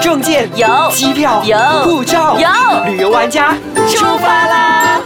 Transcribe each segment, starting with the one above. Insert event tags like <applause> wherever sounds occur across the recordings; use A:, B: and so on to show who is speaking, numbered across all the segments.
A: 证件
B: 有
A: 机票
B: 有
A: 护照
B: 有
A: 旅游玩家
B: 出发啦！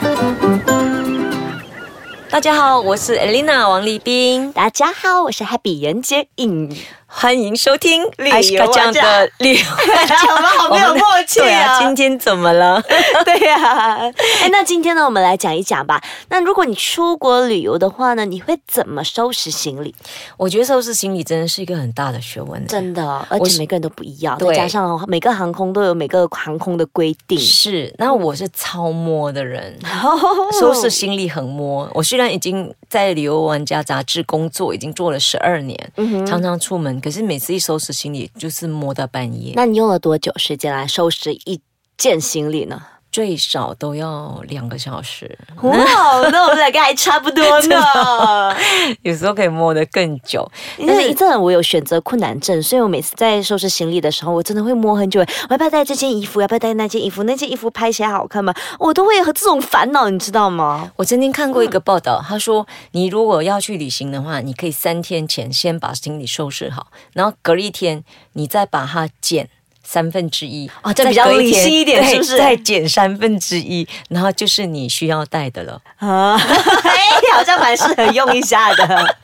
B: 大家好，我是 Elena 王立斌，
C: 大家好，我是 Happy 袁洁颖。
B: 欢迎收听
C: 游玩家
B: 哎这样的旅游玩家
C: <laughs> 我们好没有
B: 我们
C: 默契啊
B: 对啊，今天怎么
C: <laughs>
B: 了？
C: <laughs> 对呀、哎，那今天呢，我们来讲一讲吧。那如果你出国旅游的话呢，你会怎么收拾行李？
B: 我觉得收拾行李真的是一个很大的学问，
C: 真的，而
B: 我
C: 且
B: 是
C: 每个人都不一样，
B: 对
C: 再加上哦每个航空都有每个航空的规定。
B: 是。那我是超摸的人，
C: 哦
B: 收拾行李很摸。我虽然已经在旅游玩家杂志工作，已经做了十二年，
C: 嗯
B: 常常出门，可是每次一收拾行李就是摸到半夜，
C: 那你用了多久时间来收拾一件行李呢？
B: 最少都要两个小时。
C: 哇，那我们两个还差不 <laughs> 多呢。
B: 有时候可以摸得更久，
C: 因
B: 但
C: 为
B: 是
C: 真的我有选择困难症，所以我每次在收拾行李的时候，我真的会摸很久，我要不要带这件衣服，要不要带那件衣服，那件衣服拍起来好看吗？我都会有这种烦恼，你知道吗？
B: 我曾经看
C: 嗯
B: 过一个报道，他说你如果要去旅行的话，你可以三天前先把行李收拾好，然后隔一天你再把它减。三分之一
C: 哦这
B: 再
C: 比较
B: 隔一天
C: 理性一点
B: 对
C: 是不是
B: 再减三分之一，然后就是你需要带的了。
C: <laughs> 啊，哎，好像蛮适合用一下的。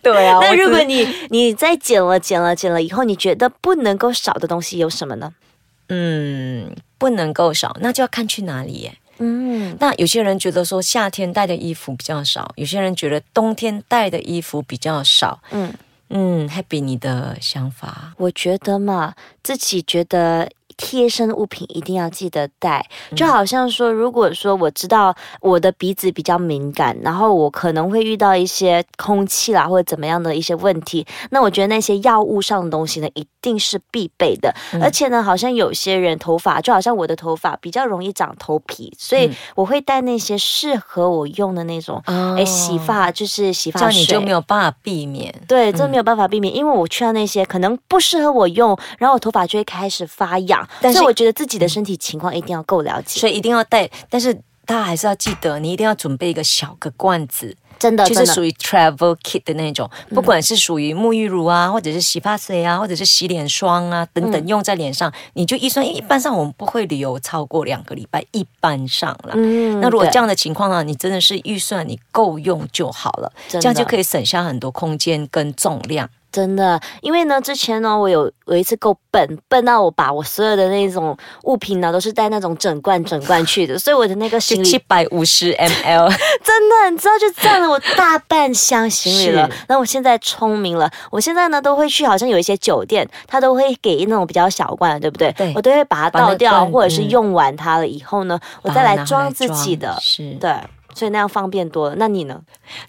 B: 对啊
C: 那
B: 那
C: 如
B: 如
C: 果
B: 果
C: 你你再减了减了减了以后，你觉得不能够少的东西有什么呢？
B: 嗯不能够少，那就要看去哪里耶。
C: 嗯，
B: 那有些人觉得说夏天带的衣服比较少，有些人觉得冬天带的衣服比较少。
C: 嗯
B: 嗯嗯，Happy 你的想法。
C: 我觉得嘛，自己觉得。贴身物品一定要记得带，
B: 嗯
C: 就好像说，如果说我知道我的鼻子比较敏感，然后我可能会遇到一些空气啦或者怎么样的一些问题，那我觉得那些药物上的东西呢，一定是必备的。
B: 嗯
C: 而且呢，好像有些人头发，就好像我的头发比较容易长头皮，所
B: 嗯
C: 以我会带那些适合我用的那种，
B: 哦
C: 哎、洗发就是洗
B: 这
C: 发
B: 样
C: 水，
B: 你就没有办法避免。
C: 对，
B: 嗯
C: 这没有办法避免，因为我去到那些可能不适合我用，然后我头发就会开始发痒。
B: 但是嗯
C: 所以我觉得自己的身体情况一定要够了解，
B: 所以一定要带，但是大家还是要记得，你一定要准备一个小个罐子，
C: 真的，
B: 就
C: 真
B: 是
C: 的。嗯
B: 属于 travel kit 的那种，不管是属于沐浴乳啊，或者是洗发水啊，或者是洗脸霜啊等
C: 嗯
B: 等，用在脸上，你就预算，因为一般上我们不会旅游超过两个礼拜，一般上啦。
C: 嗯
B: 那如果
C: 对
B: 这样的情况呢，啊你真的是预算你够用就好了，
C: 真的
B: 这样就可以省下很多空间跟重量。
C: 真的，因为呢，之前呢，我有有一次够笨，笨到我把我所有的那种物品呢，都是带那种整罐整罐去的，所以我的那个
B: 就
C: 行李
B: 七百五十 ml，
C: 真的，你知道就占了我大半箱行李了
B: 是。
C: 那我现在聪明了，我现在呢都会去，好像有一些酒店，它都会给那种比较小罐的，对不对？
B: 对
C: 我都会把它
B: 把那
C: 倒掉，
B: 罐
C: 或者是
B: 嗯
C: 用完它了以后呢， <laughs> 我
B: 把
C: 再
B: 它拿
C: 来
B: 来
C: 装自己
B: 装
C: 的。
B: 是
C: 对，所以那样方便多了。那你呢？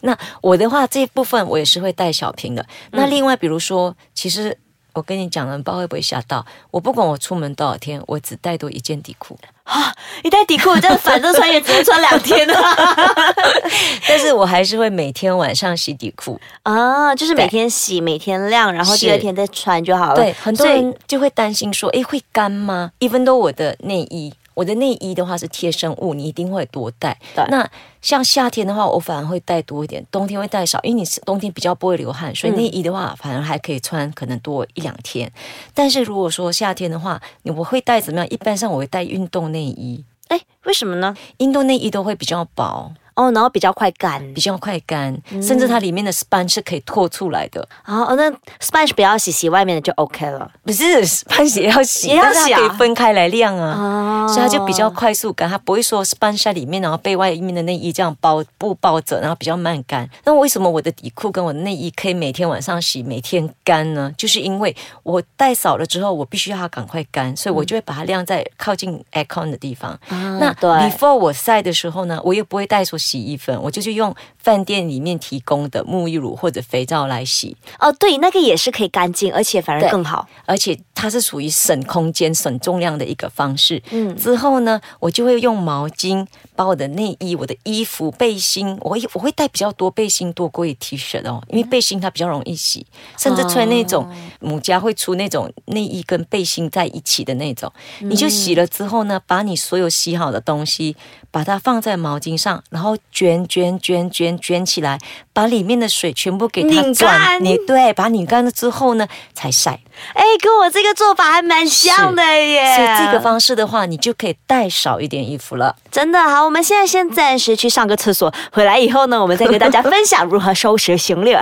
B: 那我的话，这部分我也是会带小瓶的。那另外，比如说，其实我跟你讲了，你不知道会不会吓到。我不管我出门多少天，我只带多一件底裤，
C: 你带底裤，我这样反正穿也只能穿两天啊。
B: <laughs> 但是我还是会每天晚上洗底裤。
C: 啊，就是每
B: 对
C: 天洗，每天晾，然后第
B: 是
C: 二天再穿就好了。
B: 对，很多
C: 所以
B: 人就会担心说，诶，会干吗？一分都我的内衣。我的内衣的话是贴身物，你一定会多带
C: 对。
B: 那像夏天的话，我反而会带多一点，冬天会带少，因为你是冬天比较不会流汗，所以
C: 嗯
B: 内衣的话反而还可以穿，可能多一两天。但是如果说夏天的话，你我会带怎么样？一般上我会带运动内衣，
C: 哎，为什么呢？
B: 运动内衣都会比较薄，
C: 哦，然后比较快干。
B: 比较快干，
C: 嗯
B: 甚至它里面的 span 是可以脱出来的。
C: 啊哦，那 sponge 不要洗，洗外面的就 OK 了。
B: 不是 span 也要洗，
C: 也要
B: 但是
C: 洗
B: 它
C: 啊
B: 可以分开来晾啊。
C: 哦
B: 所以它就比较快速干，它不会说是半晒里面，然后被外面的内衣这样包布包着，然后比较慢干。那为什么我的底裤跟我的内衣可以每天晚上洗，每天干
C: <laughs>
B: 呢？就是因为我带少了之后，我必须要它赶快干，所以我就会把它晾在靠近 aircon 的地方。那
C: 啊对
B: before 我晒的时候呢，我又不会带说洗衣粉，我就去用饭店里面提供的沐浴乳或者肥皂来洗，
C: 哦，对，那个也是可以干净，而且反而
B: 对
C: 更好。
B: 而且它是属于省空间、省重量的一个方式。嗯，之后呢，我就会用毛巾把我的内衣、我的衣服、背心，我会我会带比较多背心多过于 T 恤哦，
C: 嗯
B: 因为背心它比较容易洗，甚至穿那
C: 哦
B: 种、母家会出那种内衣跟背心在一起的那种，
C: 嗯
B: 你就洗了之后呢，把你所有洗好的东西把它放在毛巾上，然后卷卷卷卷卷起来，把里面的水全部给它
C: 拧
B: 转，
C: 干
B: 你对，把它拧干了之后呢，才晒。
C: 哎，跟我这个做法还蛮像的耶。
B: 所以这个方式的话，你就可以带少一点衣服了。
C: 真的好，我们现在先暂时去上个厕所，回来以后呢，我们再跟大家分享如何收拾行 <laughs> 李。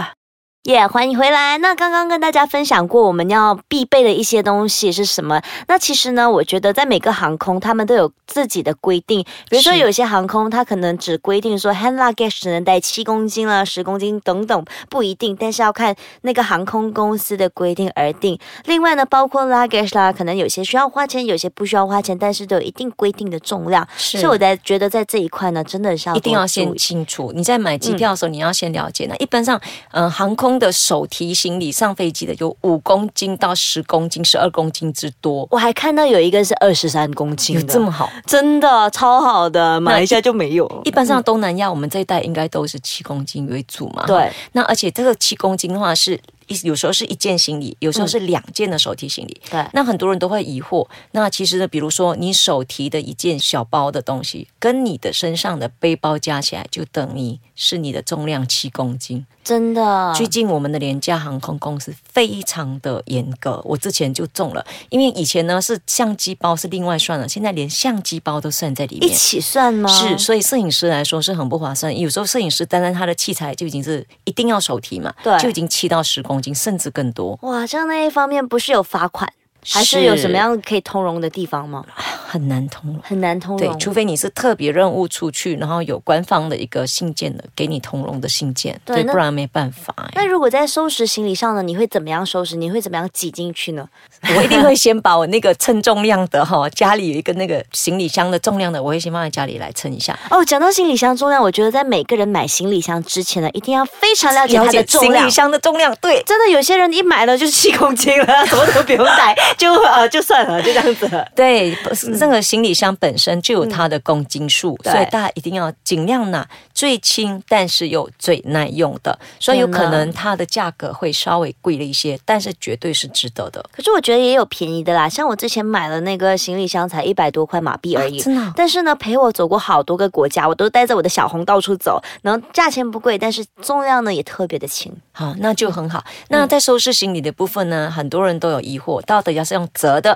C: 耶欢迎回来。那刚刚跟大家分享过我们要必备的一些东西是什么？那其实呢，我觉得在每个航空他们都有自己的规定，比如说
B: 是
C: 有些航空它可能只规定说 hand luggage 只能带七公斤啦、十公斤等等，不一定，但是要看那个航空公司的规定而定。另外呢，包括 luggage 啦，可能有些需要花钱，有些不需要花钱，但是都有一定规定的重量。
B: 是
C: 所以我在觉得在这一块呢，真的是要
B: 一定要
C: 多
B: 先
C: 注意
B: 清楚，你在买机票的时候，你要先了解。那一般上，嗯，航空的手提行李上飞机的有五公斤到十公斤、十二公斤之多，
C: 我还看到有一个是二十三公斤
B: 有
C: 的，
B: 这么好？
C: 真的超好的，马来西亚就没有。
B: 一般上东南亚我们这一带应该都是七公斤为主嘛。
C: 对，
B: 那而且这个七公斤的话是。一有时候是一件行李，有时候
C: 嗯
B: 是两件的手提行李。
C: 对
B: 那很多人都会疑惑。那其实呢，比如说你手提的一件小包的东西，跟你的身上的背包加起来，就等于是你的重量七公斤。
C: 真的，
B: 最近我们的廉价航空公司非常的严格，我之前就中了，因为以前呢是相机包是另外算了，现在连相机包都算在里
C: 一
B: 面。
C: 起算吗？
B: 是，所以摄影师来说是很不划算。有时候摄影师单单他的器材就已经是一定要手提嘛，
C: 对
B: 就已经七到十公斤，甚至更多，
C: 哇，这样那一方面不是有罚款，还是有什么样可以通融的地方吗？
B: 很难通融。
C: 很难通
B: 对，
C: 融。
B: 除非你是特别任务出去，然后有官方的一个信件的给你通融的信件，
C: 对
B: 对，
C: 那
B: 不然没办法、欸
C: 那如果在收拾行李上呢，你会怎么样收拾？你会怎么样挤进去呢？
B: 我一定会先把我那个称重量的哈，家里有一个那个行李箱的重量的，我会先放在家里来称一下。
C: 哦，讲到行李箱重量，我觉得在每个人买行李箱之前呢，一定要非常了解它的重
B: 行
C: 量
B: 李。箱的重量，对，
C: 真的有些人一买了就七公斤了，什么都不用带，就呃就算了，就这样子了。
B: 对，不是那个行李箱本身就有它的公斤数，
C: 嗯对
B: 所以大家一定要尽量拿最轻，但是又最耐用的。所以有可能它的价格会稍微贵了一些，但是绝对是值得的。
C: 可是我觉得也有便宜的啦，像我之前买了那个行李箱才一百多块马币而已。
B: 真的哦
C: 但是呢，陪我走过好多个国家，我都带着我的小红到处走，然后价钱不贵，但是重量呢也特别的 <laughs> 轻。
B: 好，那就很好。那在收拾行李的部分呢，很多人都有疑惑，到底要是用折的，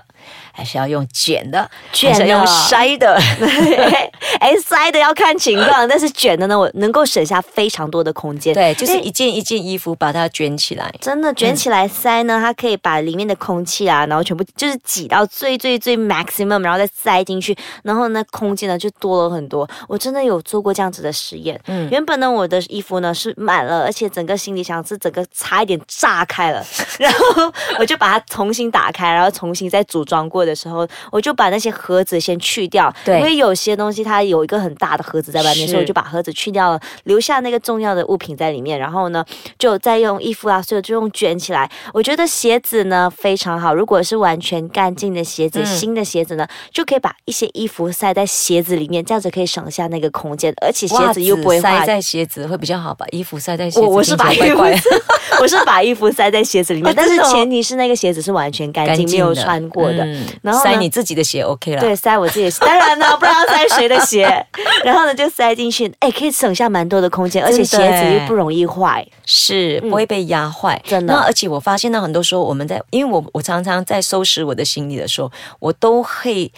B: 还是要用卷的，
C: 卷的
B: 还是要用筛的？
C: 哎，塞的要看情况，但是卷的呢，我能够省下非常多的空间。
B: 对，就是
C: 哎
B: 一件一件衣服把它卷起来。
C: 真的
B: 嗯
C: 卷起来塞呢，它可以把里面的空气啊，然后全部就是挤到最最最 maximum，然后再塞进去，然后呢空间呢就多了很多。我真的有做过这样子的实验。嗯，原本呢我的衣服呢是满了，而且整个行李箱是整个差一点炸开
B: <laughs>
C: 了，然后我就把它重新打开，然后重新再组装过的时候，我就把那些盒子先去掉，
B: 对
C: 因为有些东西它有一个很大的盒子在外面，
B: 是
C: 所以我就把盒子去掉了，留下那个重要的物品在里面，然后呢就再用衣服啊，所以就用卷起来。我觉得鞋子呢非常好，如果是完全干净的鞋子，
B: 嗯
C: 新的鞋子呢，就可以把一些衣服塞在鞋子里面，这样子可以省下那个空间，而且鞋子又不会
B: 袜塞
C: 坏。
B: 在鞋子会比较好吧？衣服塞在鞋子，
C: 我我是把
B: 听
C: 衣
B: 起来
C: 服
B: <laughs> 怪怪
C: <laughs> 我是把衣服塞在鞋子里面，
B: 哦
C: 但是
B: 真的哦
C: 前提是那个鞋子是完全干净，
B: 干净的
C: 没有穿过的。
B: 嗯
C: 然后呢
B: 塞你自己的鞋 OK 了。
C: 对，塞我自己的鞋，当然呢，不知道塞谁的鞋， <laughs> 然后呢就塞进去，哎，可以省下蛮多的空间，而且鞋
B: 真的
C: 子
B: 耶
C: 又不容易坏。
B: 是不会被压坏，
C: 嗯真的
B: 那而且我发现到很多时候我们在，因为我我常常在收拾我的行李的时候，我都会。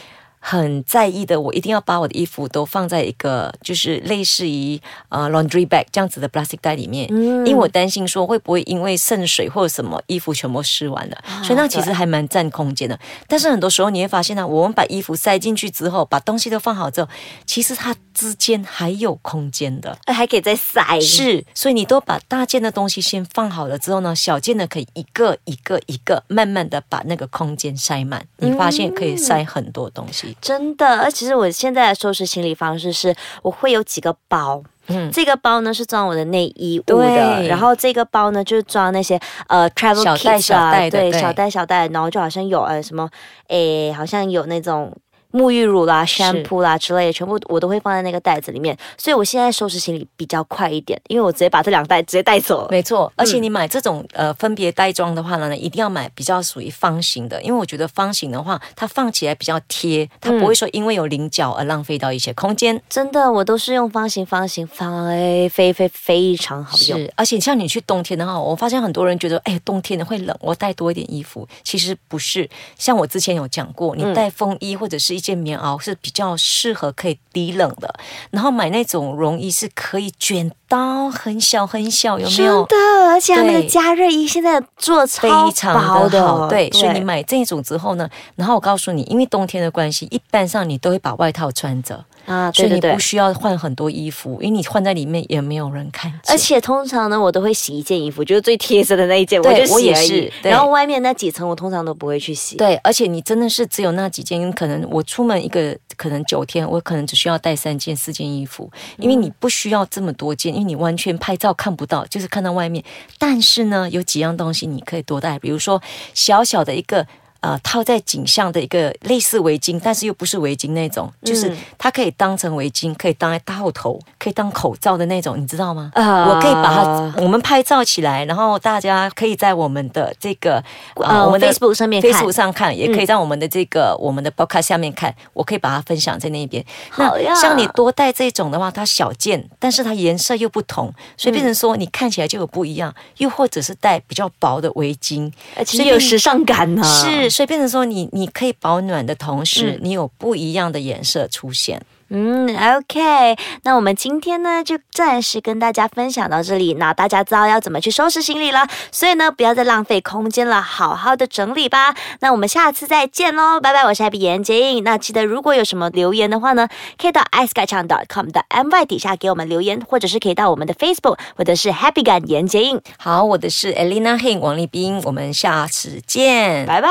B: 很在意的，我一定要把我的衣服都放在一个就是类似于呃 laundry bag 这样子的 plastic 袋里面，
C: 嗯
B: 因为我担心说会不会因为渗水或者什么衣服全部湿完了，
C: 啊
B: 所以那其实还蛮占空间的。但是很多时候你会发现呢、我们把衣服塞进去之后，把东西都放好之后，其实它之间还有空间的。
C: 哎还可以再塞，
B: 是，所以你都把大件的东西先放好了之后呢，小件的可以一个一个一个慢慢的把那个空间塞满，你发现可以塞很多东西。
C: 真的，而其实我现在的收拾行李方式是，我会有几个包。嗯，这个包呢是装我的内衣物的，
B: 对
C: 然后这个包呢就是装那些呃 travel
B: 小
C: kits 啊，
B: 袋小袋的
C: 对，
B: 对
C: 小袋小袋，然后就好像有呃什么，诶，好像有那种沐浴乳啦、
B: 是
C: shampoo 啦之类的，全部我都会放在那个袋子里面。所以我现在收拾行李比较快一点，因为我直接把这两袋直接带走了。
B: 没错，而且你买这种、呃分别袋装的话呢，一定要买比较属于方形的，因为我觉得方形的话，它放起来比较贴，它不会说因为有棱角而浪费到一些空间。
C: 真的，我都是用方形、方形、方哎，非非非常好用。
B: 是，而且像你去冬天的话，我发现很多人觉得，哎，冬天会冷，我带多一点衣服。其实不是，像我之前有讲过，
C: 嗯
B: 你带风衣或者是一件棉袄是比较适合可以抵冷的，然后买那种绒衣是可以卷到很小很小，有没
C: 真
B: 有？
C: 的，而且他们的
B: 对
C: 加热衣现在做得
B: 非
C: 超
B: 常
C: 薄
B: 的好，
C: 的，
B: 对，所以你买这种之后呢，然后我告诉你，因为冬天的关系，一般上你都会把外套穿着，
C: 啊，
B: 所
C: 对
B: 以
C: 对
B: 你
C: 对
B: 不。需要换很多衣服，因为你换在里面也没有人看见。
C: 而且通常呢，我都会洗一件衣服，就是最贴身的那一件，
B: 对
C: 就
B: 我
C: 洗
B: 也
C: 而已
B: 是。对
C: 然后外面那几层我通常都不会去洗。
B: 对，而且你真的是只有那几件，可能我出门一个可能九天，我可能只需要带三件、四件衣服，因为你不需要这么多件，因为你完全拍照看不到，就是看到外面。但是呢，有几样东西你可以多带，比如说小小的一个。呃，套在颈项的一个类似围巾，但是又不是围巾那种，就是
C: 嗯
B: 它可以当成围巾，可以当套头，可以当口罩的那种，你知道吗？
C: 啊
B: 我可以把它，呃我们拍照起来，然后大家可以在我们的这个
C: 呃
B: 我们的
C: Facebook 上面看
B: Facebook 上看，也可以在我们的这个、我们的 Podcast 下面看，我可以把它分享在那边。
C: 好呀
B: 像你多带这种的话，它小件，但是它颜色又不同，所以变成说你看起来就有不一样。又或者是带比较薄的围巾，
C: 而且
B: 所以
C: 有
B: 变
C: 时尚感呢、啊
B: 是，，所以变成说你你可以保暖的同时，你有不一样的颜色出现。
C: 嗯，OK，那我们今天呢就暂时跟大家分享到这里，那大家知道要怎么去收拾行李了，所以呢不要再浪费空间了，好好的整理吧。那我们下次再见喽，拜拜，我是 Happy 严洁颖。那记得如果有什么留言的话呢，可以到 i c e c a n c o m 的 my 底下给我们留言，或者是可以到我们的 Facebook 或者是 Happy 感严洁颖，
B: 好，我的是 Elena Heng 王立斌，我们下次见，
C: 拜拜。